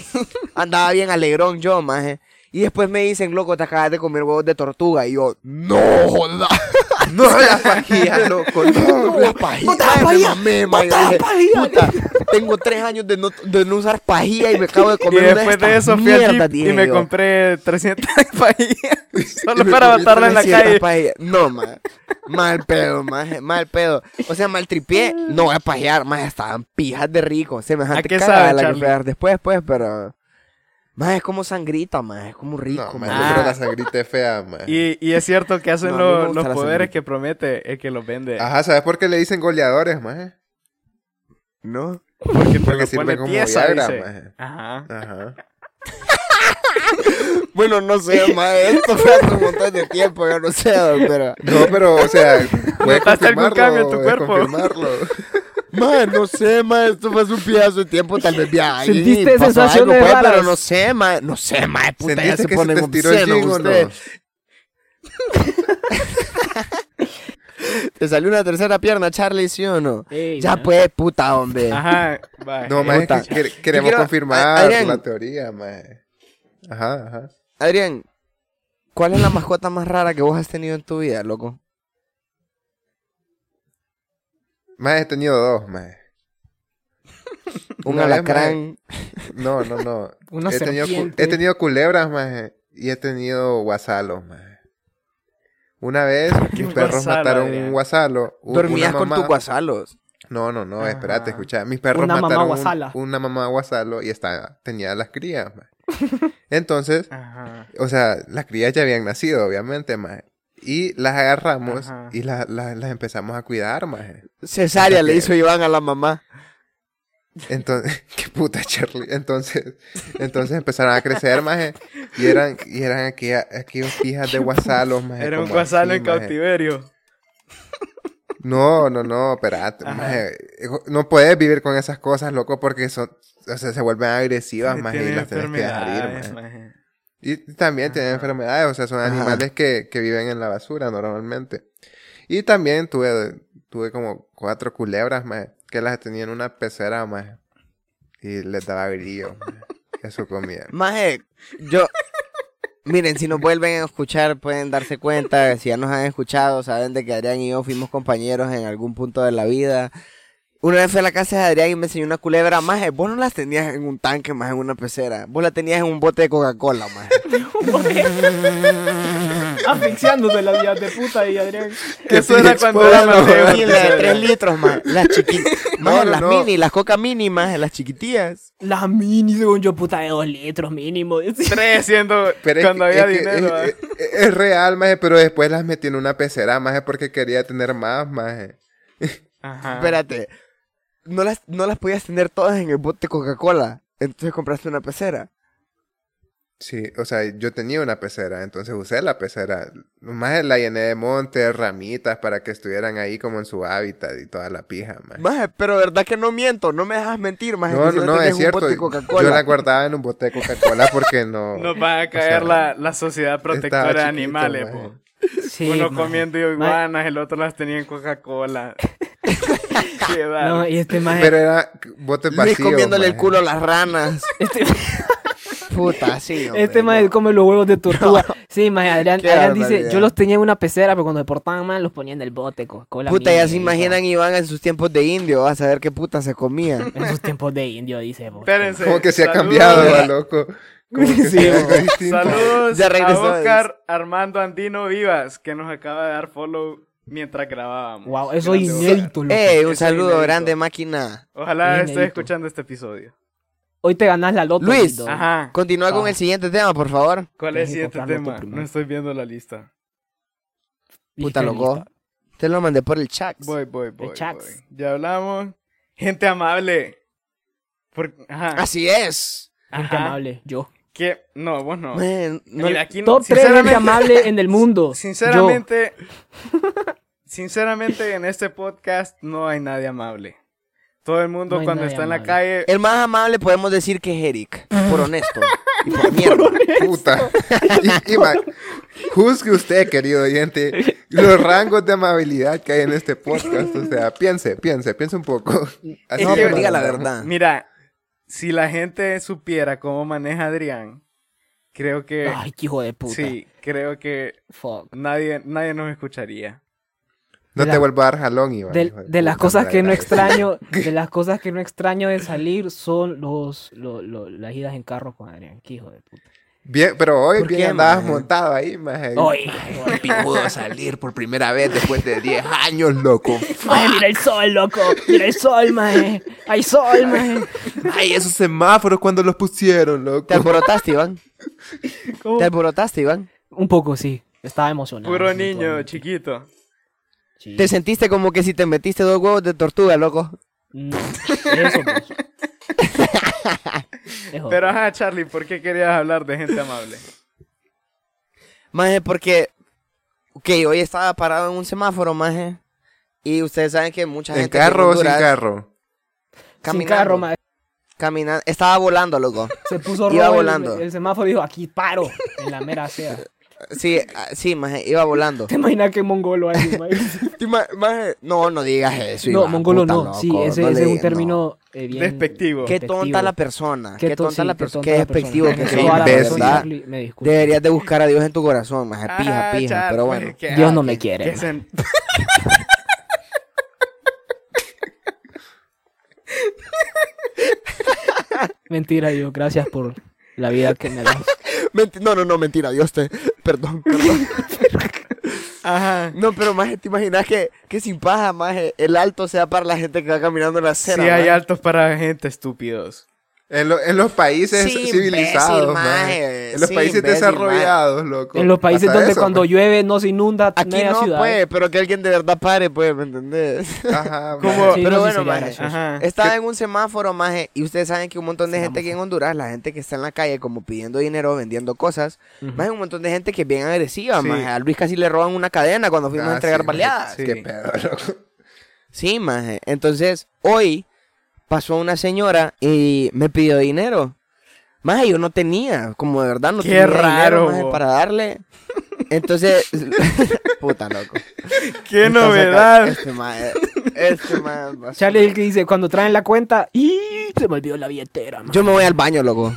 S4: Andaba bien alegrón yo, más. Y después me dicen, loco, te acabas de comer huevos de tortuga. Y yo, no,
S6: [LAUGHS]
S4: joda.
S7: No, la pajilla, loco. No.
S4: Las pajillas, me mamé, maje, yo dije, puta, tengo tres años de no, de no usar pajilla y me acabo de
S5: [LAUGHS] Y
S4: comer una de
S5: después
S4: estas
S5: de eso fui al
S4: mierdas,
S5: Jeep
S4: dije
S5: y me
S4: yo.
S5: compré 300 [LAUGHS]
S4: [LAUGHS]
S5: pajillas.
S4: Y
S5: Solo
S4: me
S5: para
S4: comí
S5: botarla en la
S4: 300
S5: calle.
S4: pajillas. No, más. Mal pedo, más mal pedo. O sea, mal tripié, no voy a pajear, más estaban pijas de rico. Semejante
S5: ¿A qué
S4: cagada
S5: sabe,
S4: la que
S5: Charlie?
S4: fue a dar después, pues, pero. Más es como sangrita, más es como rico.
S7: No,
S4: más.
S7: man, yo creo que la sangrita es fea, man.
S5: Ah. Y, y es cierto que hacen
S4: No, a mí me
S5: lo-
S4: gusta
S5: los
S4: la
S5: poderes
S4: sangre.
S5: que promete el que los vende.
S7: Ajá, ¿sabes por qué le dicen goleadores, man?
S4: ¿No?
S5: porque te
S7: porque
S5: lo
S7: sirve
S5: pone
S7: como
S5: pieza,
S7: Viagra,
S5: dice.
S7: maje.
S5: Ajá.
S7: Ajá.
S4: [LAUGHS] Bueno, no sé, más. Esto fue hace un montón de tiempo, yo no sé, pero.
S7: No, pero, o sea, puede
S5: ¿Notaste algún
S7: confirmarlo.
S5: cambio en tu
S7: puede
S5: cuerpo?
S7: confirmarlo.
S4: Man, no sé, man, esto fue hace un pedazo de tiempo, tal vez ya. ahí
S6: ¿Sentiste
S4: pasó
S6: sensaciones
S4: algo, pues,
S6: raras?
S4: Pero no sé, man, no sé, man, puta, ya
S7: ¿Sentiste
S4: se
S7: que se
S4: ponen
S7: te estiró el
S4: obscenos
S7: jean o no?
S4: ustedes. Te salió una tercera pierna, Charlie, ¿sí o no?
S6: Ey,
S4: ya
S6: man.
S4: pues, puta, hombre.
S5: Ajá. va.
S7: No, man, es que
S4: Puta.
S7: quer- queremos
S4: quiero-
S7: confirmar
S4: A- Adrián.
S7: la teoría, man. Ajá, ajá.
S4: Adrián, ¿cuál es la mascota más rara que vos has tenido en tu vida, loco?
S7: Más he tenido dos, man.
S4: Un
S7: Una vez,
S4: alacrán.
S7: No, no, no.
S6: Una
S7: he, tenido, cu-
S6: serpiente.
S7: he tenido culebras, man. Y he tenido guasalos, man. Una vez,
S5: ¿Qué
S7: mis perros
S5: guasalo,
S7: mataron
S5: Adrián?
S7: un guasalo. U-
S4: Dormías
S7: una
S4: con
S7: mamá-
S4: tus guasalos.
S7: No, no, no,
S5: Ajá.
S7: espérate, escucha. Mis perros
S6: Una mamá
S7: mataron un-
S6: guasala.
S7: una mamá guasalo y estaba, tenía las crías, ma. Entonces,
S5: Ajá.
S7: o sea, las crías ya habían nacido, obviamente, ma. Y las agarramos
S5: Ajá.
S7: y la- la- las empezamos a cuidar, ma.
S4: Cesárea le
S7: Ok.
S4: hizo Iván a la mamá.
S7: Entonces, [LAUGHS] qué puta, Charlie. Entonces, entonces empezaron a crecer, maje. Y eran, y eran aquella- aquellos pijas de guasalos, maje.
S5: Era un
S7: como
S5: guasalo
S7: así,
S5: en
S7: maje.
S5: cautiverio.
S7: No, no, no, espérate,
S5: Ajá.
S7: maje. No puedes vivir con esas cosas, loco, porque son, o sea, se vuelven agresivas, maje, y
S5: Tiene
S7: las tienes que dejar ir,
S5: enfermedades,
S7: maje.
S5: maje.
S7: Y también tienen
S5: Ajá.
S7: enfermedades, o sea, son animales que, que viven en la basura normalmente. Y también tuve, tuve como cuatro culebras, más que las tenía en una pecera, más y les daba
S5: [LAUGHS]
S7: grillo, maje, eso comía.
S4: Maje, yo. Miren, si nos vuelven a escuchar, pueden darse cuenta. Si ya nos han escuchado, saben de que Adrián y yo fuimos compañeros en algún punto de la vida. Una vez fui a la casa de Adrián y me enseñó una culebra. Maje, vos no las tenías en un tanque, más en una pecera. Vos la tenías en un bote de Coca-Cola, maje.
S6: Asfixiándote la vida de puta y Adrián.
S5: Eso era cuando era
S4: Bueno,
S5: Mateo.
S7: [LAUGHS]
S4: y la de 3 litros, maje. Las chiquitas. Maje,
S7: no,
S4: las
S7: no.
S4: mini, las coca mini, maje, las chiquitías.
S6: La mini, según yo, puta de dos litros mínimo. [LAUGHS]
S5: Tres siendo
S7: Pero es
S5: cuando
S7: que-
S5: había
S7: es que
S5: dinero.
S7: es,
S5: ¿eh?
S7: es- es real, maje, pero después las metí en una pecera, maje, porque quería tener más, maje. Ah.
S5: Ajá.
S4: Espérate. No las, no las podías tener todas en el bote de Coca-Cola. Entonces compraste una pecera.
S7: Sí, o sea, yo tenía una pecera, entonces usé la pecera. Más la llené de montes, ramitas, para que estuvieran ahí como en su hábitat y toda la pija, maje.
S4: Maje, pero verdad que no miento, no me dejas mentir, maje.
S7: No,
S4: que si
S7: no, no,
S4: tenés
S7: es
S4: un
S7: cierto.
S4: bote de
S7: Yo
S4: Coca-Cola.
S7: la guardaba en un bote de Coca-Cola
S5: [LAUGHS]
S7: porque no.
S5: Nos va a caer la, la sociedad protectora de animales, po.
S6: Sí,
S5: Uno
S6: man.
S5: comiendo iguanas, el otro las tenía en Coca-Cola.
S6: [LAUGHS]
S5: Qué barro.
S6: No, y este maje.
S7: Pero era bote
S4: Luis
S7: vacío.
S4: comiéndole el
S7: maje.
S4: culo a las
S5: [LAUGHS]
S4: ranas.
S6: Este,
S4: Puta, sí, hombre,
S6: este
S4: no.
S6: maje come los huevos de
S4: [LAUGHS]
S6: tortuga. Sí, maje, Adrián,
S4: Qué
S6: Adrián dice,
S4: barbaridad.
S6: yo los tenía en una pecera, pero cuando me portaban mal los ponía en el bote con cola.
S4: Puta,
S6: mini,
S4: ya se
S6: dijo.
S4: imaginan Iván en sus tiempos de indio, vas a ver qué puta se
S5: [LAUGHS]
S4: comía.
S6: En sus tiempos de indio, dice. po.
S5: Espérense.
S7: Como que se ha
S5: Saludos.
S7: cambiado, va, loco. Como que
S6: Sí,
S7: se
S6: bo.
S7: algo distinto.
S5: [LAUGHS] Saludos
S4: Ya regresó,
S5: a Oscar Armando Andino Vivas, que nos acaba de dar follow mientras grabábamos.
S6: Wow, eso es
S5: Grande Oscar.
S6: inédito, loco.
S4: Ey,
S5: Eso
S4: un
S5: es
S4: saludo
S5: inédito.
S4: grande, máquina.
S5: Ojalá
S6: Inédito.
S5: estés escuchando este episodio.
S6: Hoy te ganas la loto.
S4: Luis.
S6: Lindo.
S5: Ajá.
S4: Continúa con
S6: Ah.
S4: el siguiente tema, por favor.
S5: ¿Cuál
S6: Tienes
S5: es
S6: que
S5: el siguiente
S6: comprarlo tú
S5: tema?
S6: primero.
S5: No estoy viendo la lista.
S4: Puta,
S6: Listo,
S4: loco.
S6: listo.
S4: Te lo mandé por el chat.
S5: Voy, voy, voy.
S6: Chax.
S5: voy. Ya hablamos. Gente amable. Por- Ajá.
S4: Así es.
S6: Gente
S5: Ajá.
S6: amable, yo.
S5: ¿Qué? No, vos no.
S4: Man, no-
S5: Mira, aquí no-
S6: Top 3 gente
S5: sinceramente-
S6: amable en el mundo.
S5: [LAUGHS] Sinceramente, [LAUGHS] sinceramente en este podcast no hay nadie amable. Todo el mundo
S6: No hay
S5: cuando
S6: nadie
S5: está en la
S6: amable.
S5: calle,
S4: el más amable podemos decir que es Eric, por honesto. y
S7: [LAUGHS]
S4: por mierda.
S7: Puta. Y, y, ma, juzgue usted, querido oyente, los rangos de amabilidad que hay en este podcast. O sea, piense, piense, piense un poco. Así
S4: No,
S7: que
S4: pero diga la
S7: mandamos.
S4: verdad.
S5: mira, si la gente supiera cómo maneja Adrián, creo que
S6: Ay, qué hijo de puta.
S5: sí, creo que
S6: Fuck.
S5: nadie nadie nos escucharía.
S7: No
S6: de
S7: te
S6: la-
S7: vuelvo a dar jalón, Iván.
S6: De,
S7: hijo
S6: de las
S7: puta
S6: cosas
S7: madre,
S6: que no
S7: la-
S6: extraño, de las cosas que no extraño de salir son los, lo- lo- las idas en carro con Adrián. Qué hijo de puta.
S7: Bien, pero hoy
S4: ¿Por
S7: bien
S4: qué,
S7: andabas
S4: maje?
S7: montado ahí, maje.
S6: Hoy,
S7: Pudo salir por primera vez después de 10 años, loco.
S6: Maje, mira el sol, loco. Mira el sol, maje. Hay sol, maje.
S7: Ay, esos semáforos cuando los pusieron, loco.
S4: ¿Te alborotaste, Iván?
S5: ¿Cómo?
S4: ¿Te alborotaste, Iván?
S6: Un poco, sí. Estaba emocionado.
S5: Puro
S6: sí,
S5: niño,
S6: probablemente.
S5: chiquito.
S6: Sí.
S4: ¿Te sentiste como que si te metiste dos huevos de tortuga, loco?
S6: Mm, Eso, pues. Eso,
S5: Pero
S6: pues.
S5: ajá, Charlie, ¿por qué querías hablar de gente amable?
S4: Maje, porque... Ok, hoy estaba parado en un semáforo, maje. Y ustedes saben que mucha
S7: ¿En
S4: gente... aquí en
S7: carro o sin
S4: Honduras
S7: carro?
S6: Sin
S4: caminando,
S6: carro, maje.
S4: Caminando. Estaba volando, loco.
S6: Se puso
S4: Iba
S6: rojo el-
S4: volando.
S6: El, semáforo dijo, aquí paro. En la mera acera. [LAUGHS]
S4: Sí, ah, sí, maje, iba volando.
S6: ¿Te imaginas que mongolo hay, maje?
S4: Sí, ma- maje, No, no digas eso.
S6: No,
S4: Iván,
S6: mongolo
S4: puta,
S6: no.
S4: loco,
S6: sí, ese,
S4: no
S6: ese
S4: le-
S6: es un
S4: no.
S6: término eh, bien.
S5: Despectivo.
S4: Qué
S6: despectivo.
S4: tonta la persona.
S6: Qué
S4: Qué tonta
S6: sí,
S4: la
S6: qué
S4: persona.
S6: tonta
S4: Qué
S6: la persona.
S4: despectivo que
S6: Qué
S4: soy,
S6: tonta la
S7: imbécil.
S6: persona,
S4: ¿verdad?
S6: Charlie, Me disculpo.
S4: Deberías de buscar a Dios en tu corazón, maje. Pija,
S5: Ah,
S4: pija.
S5: Charlie,
S4: Pero bueno.
S5: qué-
S6: Dios no
S5: ah,
S6: me
S5: qué-
S6: quiere,
S5: qué
S6: man.
S5: sen-
S6: Mentira, Dios. Gracias por la vida que me das.
S4: Menti- no, no, no, mentira, Dios te. [LAUGHS] Perdón, perdón.
S5: Ajá.
S4: No, pero maje, ¿te imaginas que, que sin paja, maje, el alto sea para la gente que va caminando en la
S5: Sí
S4: acera?
S5: hay
S4: maje?
S5: altos para gente estúpidos.
S7: En, lo- en los países
S4: Sí,
S7: civilizados,
S4: imbécil,
S7: maje.
S4: maje.
S7: En los
S4: Sí,
S7: países
S4: imbécil,
S7: desarrollados, loco.
S6: [LAUGHS] En los países
S7: Pasa
S6: donde
S7: eso,
S6: cuando llueve no se inunda
S4: Aquí
S6: media
S4: no,
S6: ciudad.
S4: pues, pero que alguien de verdad pare, pues, ¿me entendés?
S7: maje. Ajá,
S5: Como-
S7: maje.
S6: Sí,
S4: pero
S6: no, sí
S4: bueno,
S6: sería
S4: maje.
S6: gracioso.
S5: Ajá.
S4: Estaba en un semáforo, maje, y ustedes saben que un montón de gente aquí en Honduras, la gente que está en la calle como pidiendo dinero, vendiendo cosas, maje, un montón de gente que es bien agresiva,
S5: Sí.
S4: maje. A Luis casi le roban una cadena cuando fuimos
S7: Ah,
S4: a entregar
S7: sí, maje.
S4: baleadas.
S7: Qué pedo, loco.
S4: Sí, maje. Entonces, hoy pasó una señora y me pidió dinero. Maje, yo no tenía, como de verdad no
S5: Qué
S4: tenía
S5: raro,
S4: dinero, maje,
S5: bo.
S4: para darle. Entonces, [LAUGHS] puta loco.
S5: ¡Qué
S4: Entonces,
S5: novedad!
S4: Este maje, este maje. pasó.
S6: Charlie es el que dice, cuando traen la cuenta, ¡y! Se me olvidó la billetera, man.
S4: Yo me voy al baño, loco.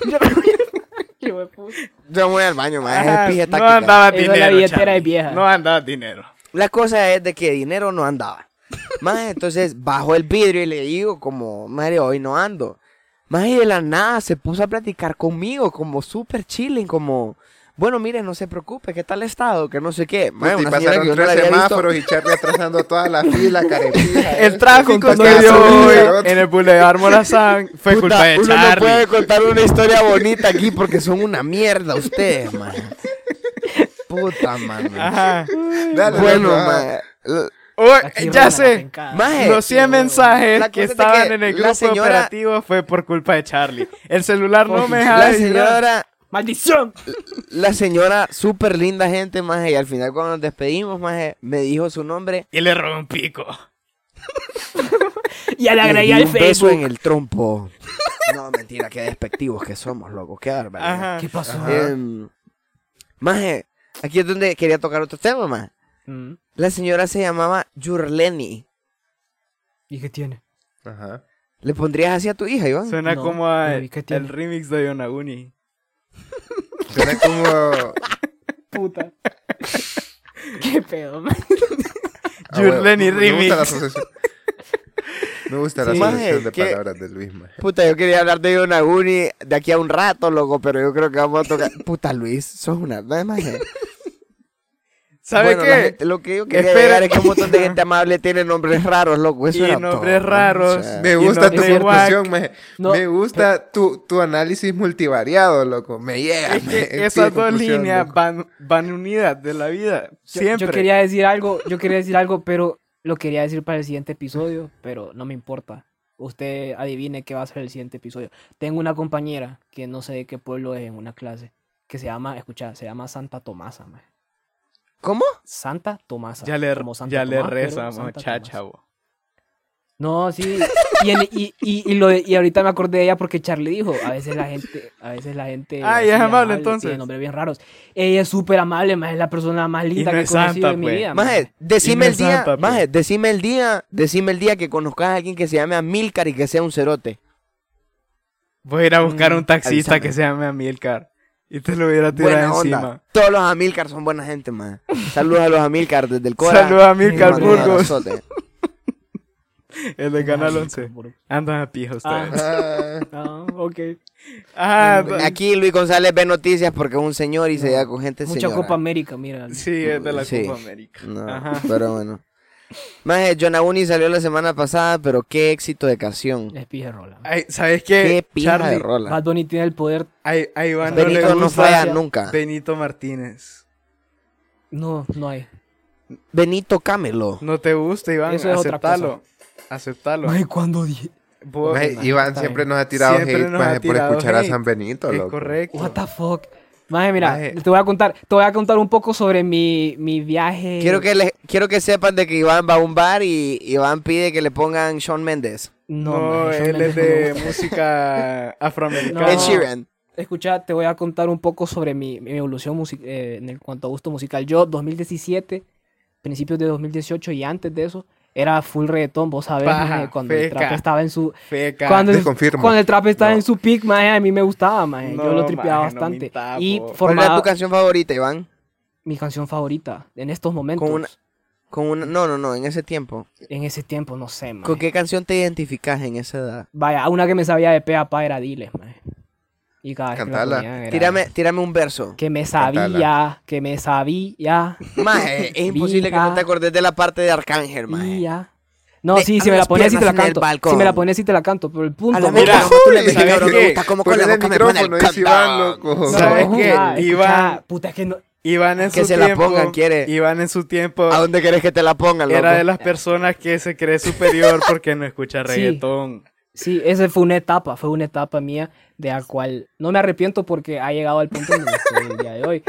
S6: Qué hueputa.
S4: Yo me voy al [LAUGHS] baño, maje.
S5: Ajá,
S4: es pija
S5: Ah, no
S4: táctica.
S5: andaba
S6: Eso es la
S5: dinero.
S6: billetera
S5: Charlie.
S6: es vieja.
S5: No andaba dinero.
S4: La cosa es de que dinero no andaba. Maje, entonces bajo el vidrio y le digo como, madre, hoy no ando. Maje, de la nada se puso a platicar conmigo como súper chilling, como, bueno, mire, no se preocupe, ¿qué tal he estado? Que no sé qué. Maje,
S7: Puta, Pues, y
S4: una señora que
S7: pasaron
S4: yo no
S7: tres
S4: la había visto.
S7: semáforos y Charlie atrasando
S4: [LAUGHS]
S7: toda la fila, carepija. eh.
S5: El
S7: tráfico
S5: tráfico
S7: Contando
S5: que
S7: que el
S5: dio
S7: dio hoy
S5: hoy
S7: Charlotte.
S5: en el Boulevard Morazán
S4: [LAUGHS]
S5: fue
S4: Puta,
S5: culpa de
S4: uno no puede
S5: Charlie.
S4: contar una historia bonita aquí porque son una mierda ustedes, maje. Puta, mano. [LAUGHS]
S5: Ajá.
S7: Dale,
S4: Bueno,
S7: loco,
S4: maje.
S5: Uy,
S6: Aquí roban
S5: ya
S6: la
S5: sé.
S6: pencada.
S4: Maje,
S5: Los 100 mensajes
S4: La cosa
S5: que
S4: es de
S5: estaban
S4: que
S5: en el
S4: la
S5: grupo
S4: señora-
S5: operativo fue por culpa de Charlie. El celular no me dejaba.
S4: la
S5: de vibrar.
S4: señora...
S6: ¡Maldición!
S4: La señora, súper linda gente, maje, y al final cuando nos despedimos, maje, me dijo su nombre
S5: Y le robé un pico.
S6: Y le
S4: y le
S6: agregué
S4: di
S6: al
S4: un beso
S6: Facebook.
S4: en el trompo. [LAUGHS] No, mentira, qué despectivos que somos, loco, qué barbaridad.
S5: Ajá.
S6: ¿Qué pasó?
S4: Em, maje, aquí es donde quería tocar otro tema, maje.
S6: Mm.
S4: La señora se llamaba Yurleni.
S6: ¿Y qué tiene?
S7: Ajá.
S4: ¿Le pondrías así a tu hija, Iván?
S5: Suena
S6: No,
S5: como a-
S6: pero ¿y qué tiene?
S5: el remix de Yonaguni.
S7: Suena como...
S6: Puta. [LAUGHS] ¿Qué pedo, man?
S7: Ah, bueno,
S5: Yurleni
S7: me gusta la
S5: Remix.
S7: asociación. Me gusta la
S4: Sí.
S7: asociación de
S4: Maje, ¿qué?
S7: palabras de Luis, maje.
S4: Puta, yo quería hablar de Yonaguni de aquí a un rato, loco, pero yo creo que vamos a tocar... Puta, Luis, sos una... No, maje.
S5: ¿Sabe
S4: Bueno, la
S5: qué?
S4: gente- lo que yo quería
S5: Espera.
S4: llegar es que un montón de gente amable tiene nombres raros, loco. Eso
S5: Y
S4: era
S5: nombres
S4: todo,
S5: raros.
S4: o sea.
S7: Me
S5: Y
S7: gusta
S5: no
S7: tu
S5: te
S7: conclusión, maje.
S6: No,
S7: me gusta tu, tu análisis multivariado, loco. Me llega.
S5: Es que
S7: maje. Sí,
S5: esas dos
S7: conclusión,
S5: líneas
S7: loco.
S5: van, van unidas de la vida.
S6: Yo,
S5: Siempre.
S6: yo quería decir algo, yo quería decir algo, pero lo quería decir para el siguiente episodio, pero no me importa. Usted adivine qué va a ser el siguiente episodio. Tengo una compañera que no sé de qué pueblo es en una clase, que se llama, escucha, se llama Santa Tomasa, man.
S4: ¿Cómo?
S6: Santa Tomasa.
S5: Ya le,
S6: como Santa
S5: ya le
S6: Tomás, pero
S5: reza,
S6: Santa
S5: muchacha,
S6: Tomasa.
S5: chavo.
S6: No, sí. Y, en- y, y, y lo de- y ahorita me acordé de ella porque Charlie dijo, a veces la gente, a veces la gente...
S5: Ah,
S6: así
S5: ella es amable, entonces.
S6: Tiene nombres bien raros. Ella es súper amable, más es la persona más linda
S5: no
S6: que he
S5: es
S6: conocido
S5: santa,
S6: en mi
S5: pues.
S6: vida. maje.
S4: Maje, decime el día,
S5: Santa, pues.
S4: maje, decime el día, decime el día que conozcas a alguien que se llame Amilcar y que sea un cerote.
S5: Voy a ir a buscar
S6: Mm,
S5: un taxista
S4: avísame.
S5: que se llame Amilcar. y te lo hubiera tirado
S4: Buena onda.
S5: encima.
S4: Todos los Amilcar son buena gente, más. Saludos a los Amilcar desde el Cora.
S5: Saludos a Milcar
S4: Un
S5: Burgos,
S4: abrazote.
S5: el de Canal 11. Andan a pija ustedes.
S7: Ah,
S6: Ah, ok.
S5: Ah,
S4: Aquí Luis González ve noticias porque es un señor y se da con gente
S6: Mucha
S4: señora.
S6: Copa América, mira.
S5: sí, es de la
S4: Sí.
S5: Copa América.
S4: No,
S5: Ajá.
S4: pero bueno. Más, Jonahuni salió la semana pasada, pero qué éxito de canción.
S6: Es pija rola.
S5: Ay, ¿Sabes
S4: Qué
S5: qué?
S4: pija
S5: Eh, Charlie,
S4: de rola.
S6: Bad Bunny tiene el poder.
S5: Ay, a Iván no le
S4: Benito no
S5: gusta
S4: falla nunca.
S5: Benito Martínez.
S6: No, no hay.
S4: Benito Camelo.
S5: No te gusta, Iván.
S6: Eso es otra
S5: Aceptalo. Aceptalo.
S6: Ay, cuando dije.
S5: Vos-
S7: maje,
S5: Nah,
S7: Iván
S6: está
S7: siempre
S6: bien.
S7: nos ha tirado
S5: Siempre
S7: hate,
S5: nos ha
S7: maje, por
S5: tirado
S7: escuchar a
S5: hate.
S7: San Benito,
S5: Es
S7: loco.
S5: correcto.
S6: What the fuck. Maje, mira,
S7: Maje.
S6: te voy a contar, te voy a contar un poco sobre mi, mi viaje.
S4: Quiero que, le- quiero que sepan de que Iván va a un bar y Iván pide que le pongan Sean Méndez.
S6: No,
S5: No,
S6: maje, Shawn
S5: él
S6: Mendes
S5: es
S6: no me
S5: de
S6: gusta. [LAUGHS]
S5: música afroamericana.
S6: No.
S4: Ed Sheeran.
S6: Escucha, te voy a contar un poco sobre mi, mi evolución musi- eh, en el- cuanto a gusto musical. Yo, 2017, principios de 2018 y antes de eso, era full reggaetón, vos sabés,
S5: Paja,
S6: maje, cuando el trap
S5: feca.
S6: estaba en su...
S5: Feca.
S6: Cuando el,
S7: Desconfirmo.
S6: cuando el trap estaba
S7: No.
S6: en su peak, maje, a mí me gustaba, maje. Yo lo
S5: No,
S6: tripeaba
S5: maje, no
S6: bastante.
S5: minta,
S6: y
S5: po. ¿Cuál
S4: ¿Cuál era
S6: formaba
S4: tu canción favorita, Iván?
S6: mi canción favorita en estos momentos.
S4: una- Con una... No, no, no, en ese tiempo.
S6: En ese tiempo, no sé, maje.
S4: ¿Con qué canción te identificas en esa edad?
S6: Vaya, una que me sabía de pe a pa era Diles, maje. Y cada vez que la
S7: Cantala.
S6: ponían era-
S4: Tírame, tírame un verso.
S6: Que me sabía,
S7: Cantala.
S6: que me sabía...
S4: Maje, es imposible que no te acordes de la parte de Arcángel,
S6: Y
S4: maje.
S6: ya. No,
S4: De-
S6: sí, si me la
S4: las
S6: pones y te la
S4: piernas en el
S6: canto.
S4: balcón.
S6: Si me la pones y te la canto, pero el punto.
S4: A la
S6: no,
S4: mierda,
S6: no,
S4: como tú le
S5: ¿sabes
S4: dices,
S5: qué?
S4: me gusta cómo con la
S7: Ponele el
S4: boca me pone el
S7: micrófono, dice Iván, loco.
S6: no,
S5: ¿Sabes
S6: no,
S5: qué?
S6: ya, escucha,
S5: Iván-
S6: Puta, es que no.
S5: Iván en
S4: Que
S5: su
S4: se la
S5: tiempo-
S4: pongan, quiere.
S5: Iván en su tiempo
S4: ¿A dónde querés que te la pongan, loco?
S5: era de las personas que se cree superior porque no escucha
S6: Sí.
S5: reggaetón.
S6: Sí, esa fue una etapa, fue una etapa mía de la cual no me arrepiento porque ha llegado al punto en donde estoy el día de hoy.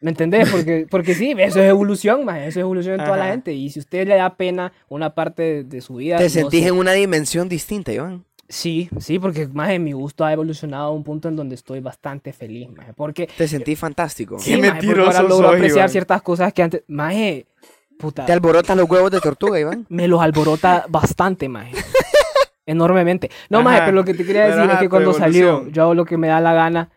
S6: ¿Me entendés? Porque, porque sí, eso es evolución, más, eso es evolución en toda la
S5: Ajá.
S6: gente. Y si a usted le da pena una parte de, de su vida.
S4: Te
S6: no
S4: sentís
S6: sé.
S4: en una dimensión distinta, Iván.
S6: Sí, sí, porque más en mi gusto ha evolucionado a un punto en donde estoy bastante feliz, maje, Porque
S4: Te sentís fantástico.
S5: Qué
S6: Sí, maje, porque
S5: mentiroso
S6: ahora logro
S5: sos,
S6: apreciar
S5: Iván.
S6: ciertas cosas que antes. Maje, puta,
S4: Te alborotas los huevos de tortuga,
S6: [LAUGHS]
S4: Iván.
S6: me los
S5: [LAUGHS]
S6: alborota bastante, maje. Enormemente. No,
S5: Ajá,
S6: maje, pero lo que te quería
S5: pero
S6: decir es
S5: ajá,
S6: que
S5: tu
S6: cuando salió,
S5: evolución.
S6: yo hago lo que me da la gana.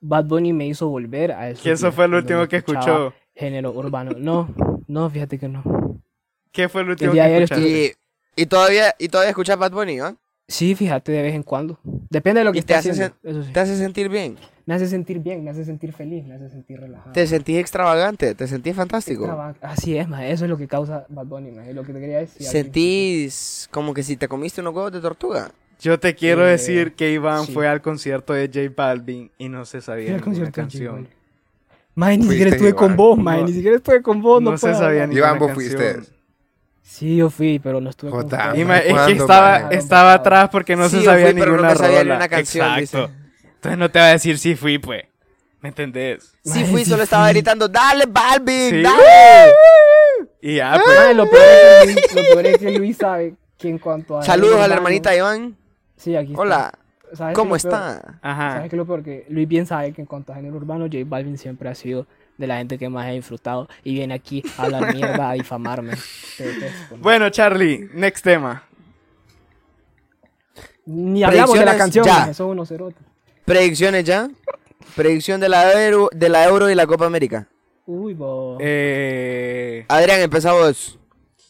S6: Bad Bunny me hizo volver a eso.
S5: Que eso fue el último que escuchó.
S6: Género urbano. No, no, fíjate que no.
S5: ¿Qué fue el
S6: El
S5: último
S6: día de
S5: que
S6: ayer
S5: escuchaste?
S4: Y, y todavía, y todavía escuchas Bad Bunny, Iván.
S6: Sí, fíjate, de vez en cuando. Depende de lo que
S4: Y te
S6: esté
S4: hace
S6: haciendo. Eso sí.
S4: Te hace sentir bien.
S6: Me hace sentir bien, me hace sentir feliz, me hace sentir relajado.
S4: Te sentís extravagante, te sentís fantástico.
S6: Extrava- Así es, maje. Eso es lo que causa Bad Bunny, maje. Lo que te quería decir. al principio.
S4: Sentís como que si te comiste unos huevos
S6: [LAUGHS]
S4: de tortuga.
S5: Yo te quiero
S6: Eh,
S5: decir que Iván
S6: sí.
S5: fue al concierto de J Balvin y no se sabía
S6: Fui al
S5: ninguna
S6: concierto de J
S5: canción.
S6: Balvin. Mae, ni siquiera
S7: Fuiste
S6: estuve
S7: igual.
S6: con vos, mae.
S5: No.
S6: Ni siquiera estuve con vos. Oh, No,
S5: No se
S6: puedo
S5: sabía
S6: hablar.
S5: ni
S7: Iván, vos
S5: una
S7: fuiste.
S5: canción.
S6: Sí, yo fui, pero no estuve
S7: Jota,
S6: con
S7: mae.
S5: Y
S6: vos.
S5: ma- es que
S7: ¿Cuándo,
S5: estaba,
S6: mae?
S5: estaba atrás porque no
S4: Sí,
S5: se
S4: yo
S5: sabía
S4: fui, pero no
S5: ninguna
S4: me sabía ni
S5: rola.
S4: una canción,
S5: Exacto. Entonces no te va a decir si fui, pues. ¿Me entendés?
S4: Sí
S6: Ay,
S4: fui,
S6: sí
S4: solo estaba
S6: fui.
S4: gritando, dale, Balvin,
S5: Sí.
S4: dale. Ah.
S5: Y ya, pues.
S6: Mae, lo, peor es que Luis, lo peor es que Luis sabe que en cuanto a.
S4: Saludos a la
S6: hermano-
S4: hermanita Iván.
S6: Sí, aquí está.
S4: Hola,
S6: ¿Sabes qué
S4: ¿cómo
S6: es lo peor?
S4: está?
S5: Ajá.
S6: ¿Sabes qué es lo peor? Que Luis bien sabe que en cuanto a género urbano, J Balvin siempre ha sido de la gente que más he disfrutado y viene aquí a
S4: [LAUGHS]
S6: hablar mierda, a difamarme. Te detesto, mae.
S5: Bueno, Charlie, next tema.
S6: Ni hablamos de la
S4: predicciones,
S6: canción,
S4: ya.
S6: mae, son unos cerotes.
S4: ¿Predicciones ya? Predicción de la, Euro, de la Euro y la Copa América.
S6: Uy, bo.
S5: Eh,
S4: Adrián, empezamos.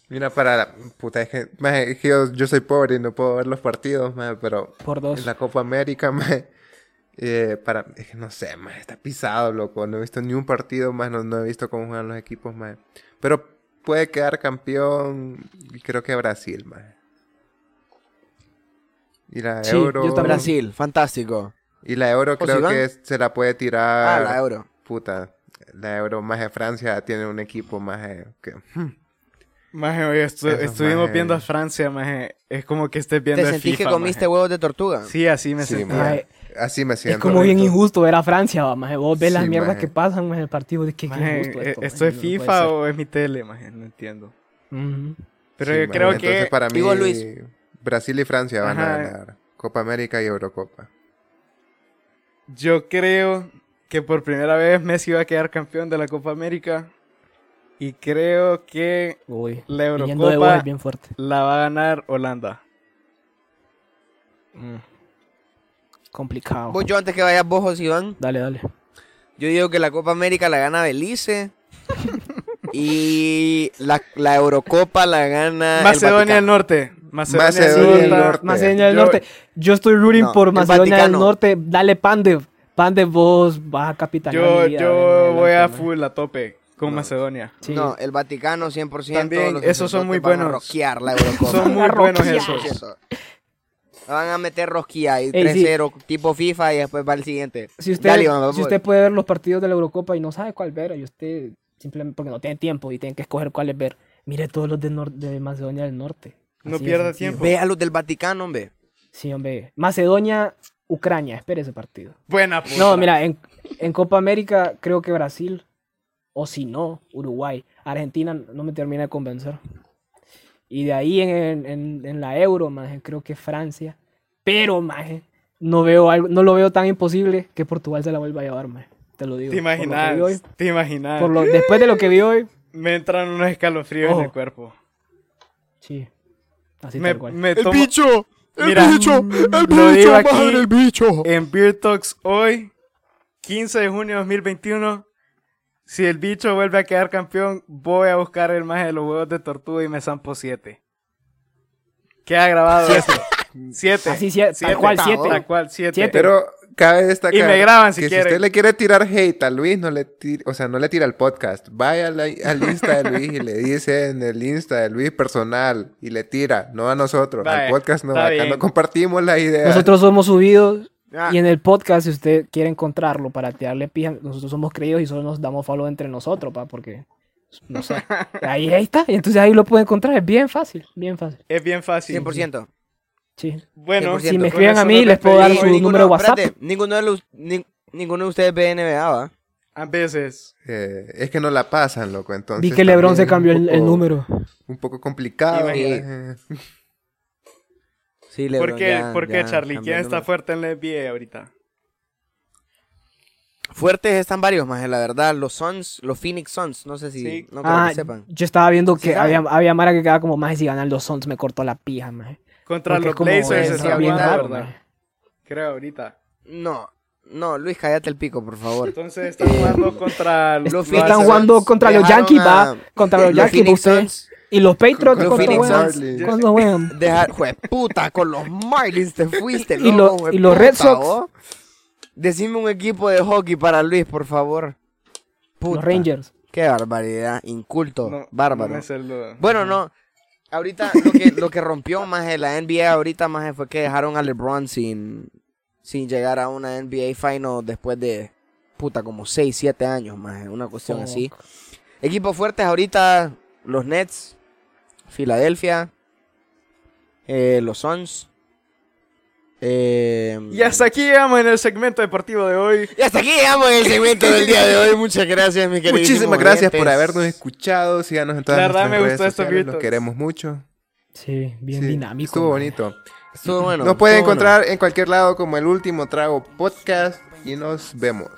S7: Mira, para la puta, es que, maje, es que yo, yo soy pobre y no puedo ver los partidos, maje, pero
S6: Por dos.
S7: en la Copa América, [LAUGHS] maje, eh, para, es que no sé, maje, está pisado, loco. No he visto ni un partido más, no, no he visto cómo juegan los equipos, maje. Pero puede quedar campeón, y creo que Brasil, maje. Y la
S6: Sí,
S7: Euro.
S6: yo también.
S4: Brasil, fantástico.
S7: Y la Euro
S4: Pues,
S7: creo
S4: Iván.
S7: que se la puede
S4: Ah,
S7: tirar.
S4: la Euro.
S7: Puta, la Euro, maje, Francia tiene un equipo, maje, que.
S5: maje, hoy estu-
S7: Eso,
S5: estuvimos
S7: maje.
S5: viendo a Francia, maje. Es como que estés viendo
S4: ¿Te
S5: el
S4: sentís que
S5: FIFA,
S4: comiste
S5: maje.
S4: huevos de tortuga?
S5: Sí, así me
S7: Sí,
S5: sentí.
S6: Ay,
S7: maje. Así me siento.
S6: Es como bien
S7: ahorita.
S6: injusto ver a Francia, va, maje. Vos ves las
S7: Sí,
S6: mierdas
S7: maje.
S6: que pasan maje, en el partido. De que, qué
S5: Maje,
S6: injusto
S5: eh,
S6: esto,
S5: ¿Esto
S6: maje,
S5: es
S6: no puede
S5: FIFA
S6: ser.
S5: o es mi tele, maje? No entiendo.
S6: Ujú.
S5: Pero
S7: Sí,
S5: yo
S7: man.
S5: creo
S7: Entonces,
S5: que...
S7: para mí,
S4: ¿Y vos, Luis?
S7: Brasil y Francia van
S5: Ajá. Eh,
S7: a ganar Copa América y Eurocopa.
S5: Yo creo que por primera vez Messi va a quedar campeón de la Copa América. Y creo que
S6: Uy.
S5: la
S6: Viniendo de vos
S5: Eurocopa
S6: es bien fuerte.
S5: la va a ganar Holanda.
S6: Complicado.
S4: Voy yo antes que vayas vos, José Iván.
S6: Dale, dale.
S4: Yo digo que la Copa América la gana
S5: [LAUGHS]
S4: Belice. y la, la Eurocopa la gana. Ah, el
S5: Macedonia del
S4: Vaticano.
S5: Norte. Macedonia,
S7: Macedonia
S5: del
S7: del
S5: Norte.
S7: Norte.
S6: Macedonia del
S5: Yo-
S6: Norte. Yo estoy rooting
S4: No,
S6: por
S4: el
S6: Macedonia del
S4: Vaticano.
S6: Norte. Dale Pandev. Pandev, vos vas a capitanear.
S5: Yo,
S6: mi vida,
S5: yo
S6: en
S5: voy a
S6: adelante, man.
S5: full a tope con Macedonia.
S6: Sí.
S4: No, el Vaticano 100%.
S5: También,
S4: los
S5: esos
S4: sacerdotes
S5: son muy
S4: van a
S5: buenos.
S4: rosquear la Eurocopa.
S5: Son muy
S4: [LAUGHS]
S6: Una
S5: buenos
S6: roquilla.
S5: esos.
S4: Van a meter rosquilla y
S6: Ey, sí.
S4: 3-0 tipo FIFA y después va el siguiente.
S6: Si usted,
S4: Dale, Iván, vamos.
S6: si usted puede ver los partidos de la Eurocopa y no sabe cuál ver, y usted simplemente porque no tiene tiempo y tiene que escoger cuál es ver, mire todos los de, nor- de Macedonia del Norte.
S5: No
S6: Así de
S5: pierda
S6: sencillo.
S5: tiempo.
S4: Ve a los del Vaticano, hombre.
S6: Sí, hombre. Macedonia, Ucrania, espere ese partido.
S5: Buena puta.
S6: No, mira, en, en Copa América creo que Brasil, o si no, Uruguay. Argentina no me termina de convencer. Y de ahí en, en- en la Euro, maje, creo que Francia. Pero, maje, no, veo algo, no lo veo tan imposible que Portugal se la vuelva a llevar, maje. Te lo digo.
S5: Te
S6: por lo que vi hoy,
S5: imaginas. Te imaginas.
S6: por lo- después de lo que vi hoy,
S5: Me entran unos escalofríos en el
S6: Oh.
S5: cuerpo.
S6: sí. Así
S5: Me,
S6: tal cual.
S5: me tomo-
S2: bicho!
S5: Mira, lo digo aquí
S2: bicho!
S5: en Beer Talks hoy, 15 de junio de 2021. Si el bicho vuelve a quedar campeón, voy a buscar el maje de los huevos de tortuga y me zampo 7. Queda grabado eso. 7.
S6: Así, sí, tal cual, siete.
S5: Tal cual, 7.
S6: Siete.
S7: Pero cabe destacar
S5: Y me graban si
S7: que
S5: quieren.
S7: si usted le quiere tirar hate a Luis, no le tire, o sea, no le tira al podcast. Vaya al, al Insta de Luis y le dice en el Insta de Luis personal y le tira, no a nosotros,
S5: Vaya,
S7: al podcast no,
S5: está
S7: acá
S5: bien.
S7: no compartimos la idea.
S6: Nosotros somos subidos
S4: Ah.
S6: y en el podcast, si usted quiere encontrarlo para tirarle pija, nosotros somos creídos y solo nos damos follow entre nosotros, pa, porque no sé. Ahí, ahí está, y entonces ahí lo puede encontrar, es bien fácil, bien fácil.
S5: Es bien fácil.
S4: 100%.
S6: Sí.
S5: Bueno,
S4: 100%. Si
S6: me
S5: con
S6: escriben a
S5: eso
S6: mí,
S5: nos
S6: les puedo dar
S4: Y
S6: su
S5: despedimos.
S6: número de WhatsApp.
S4: espérate, ninguno, de los, nin- ninguno de ustedes ve NBA, ¿va?
S5: A veces.
S7: Eh, es que no la pasan, loco. Entonces,
S6: Vi que Lebron se cambió
S7: también es un
S6: el, el
S7: poco-
S6: número.
S7: Un poco complicado.
S4: Imagínate.
S7: eh.
S4: Sí,
S5: ¿Por
S4: LeBron,
S5: qué,
S4: ya-
S5: por qué
S4: ya
S5: Charlie?
S4: cambió
S5: ¿Quién
S4: el
S5: está
S4: número.
S5: fuerte en la NBA ahorita?
S4: Fuertes están varios más, la verdad. Los Suns, los Phoenix Suns, no sé si
S5: Sí.
S4: no creo
S6: Ah,
S4: que sepan.
S6: yo estaba viendo que
S4: saben.
S6: había, había Mara que quedaba como más si ganan los Suns, me cortó la pija, maje.
S5: Contra
S6: Porque
S5: los
S6: como
S5: Blazers
S6: es
S5: está
S6: bien
S5: jugando,
S6: raro,
S5: ¿verdad?
S6: maje.
S5: Creo ahorita.
S4: No, no, Luis, cállate el pico, por
S5: [LAUGHS]
S4: favor.
S5: Entonces
S6: Eh,
S5: están jugando contra los
S4: Los
S6: Están
S4: Blazers
S6: jugando contra los
S4: dejaron
S6: Yankees,
S4: a-
S6: va. Contra los Yankees,
S4: Phoenix
S6: usted.
S4: Suns
S6: Y los Patriots
S7: Los
S6: contra
S4: Phoenix
S6: weón.
S7: Suns.
S6: Contra weón.
S4: dejar, jue puta, con los Marlins te fuiste,
S6: Y
S4: loco,
S6: lo-
S4: jue
S6: y los Red
S4: puta,
S6: Sox.
S4: vos. Decime un equipo de hockey para Luis, por favor. Puta,
S6: Los Rangers.
S4: Qué barbaridad, inculto,
S5: No,
S4: bárbaro.
S5: no me sé el-
S4: Bueno, no. Ahorita lo que, lo que rompió más en la NBA ahorita más fue que dejaron a LeBron sin, sin llegar a una NBA final después de puta como 6, 7 años más, eh, una cuestión así. Equipos fuertes ahorita los Nets, Filadelfia, eh, los Suns. eh,
S5: Y hasta aquí llegamos en el segmento deportivo de hoy.
S4: y hasta aquí llegamos en el segmento del día de hoy. Muchas gracias, mi querido.
S7: Muchísimas gracias por habernos escuchado. Síganos en todas
S5: La verdad
S7: nuestras
S5: me
S7: redes
S5: gustó estos
S7: sociales. Los
S5: videos.
S7: queremos mucho.
S6: Sí, bien
S7: Sí,
S6: dinámico.
S7: Estuvo
S6: maje.
S7: bonito.
S4: Estuvo bueno.
S7: nos pueden
S4: estuvo bueno.
S7: encontrar en cualquier lado como el último trago podcast y nos vemos.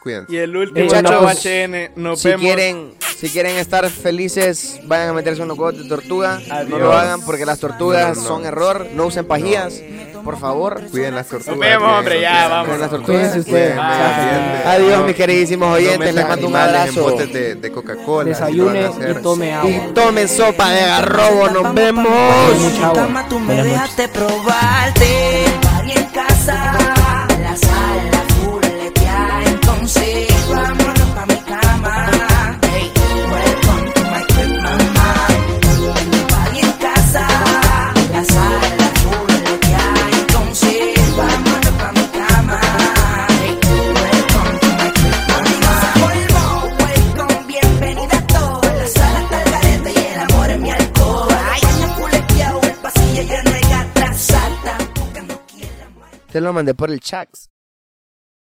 S7: Cuídense.
S5: Y el último
S6: Muchachos,
S5: Chau HN.
S4: pues,
S5: Nos
S4: si
S5: vemos.
S4: quieren, si quieren estar felices, vayan a meterse unos huevos de tortuga. No lo
S5: Adiós.
S4: hagan porque las tortugas
S7: No, no, no.
S4: son error. No usen pajillas, por favor.
S7: Cuiden las tortugas.
S5: Nos vemos, hombre, ya, vamos.
S4: Cuiden las tortugas.
S6: Cuídense ustedes.
S7: Bien,
S6: muchachos.
S7: bien, bien.
S4: Adiós, mis queridísimos oyentes. Les mando un abrazo.
S7: botes de, de Coca-Cola. si Pues, lo van a
S6: Desayune
S7: hacer.
S6: y tome agua.
S4: Tomen sopa de garrobo. Nos vemos.
S6: Mucha agua.
S9: cama tú me
S6: Buenas noches.
S9: dejaste probarte. Party en casa, la sala fuletea. Entonces, vámonos pa' mi cama. Hey, welcome to my crib, mamá. Party en casa, la sala fuletea. Entonces, vámonos pa' mi cama. Hey, welcome to my crib, mamá. welcome, bienvenida a todos. La sala está al garete y el amor es mi alcohol. Ay, la fuletea o el pasillo ya no hay gata. Salta, porque no quiere la mano.
S4: Te lo mandé por el chat.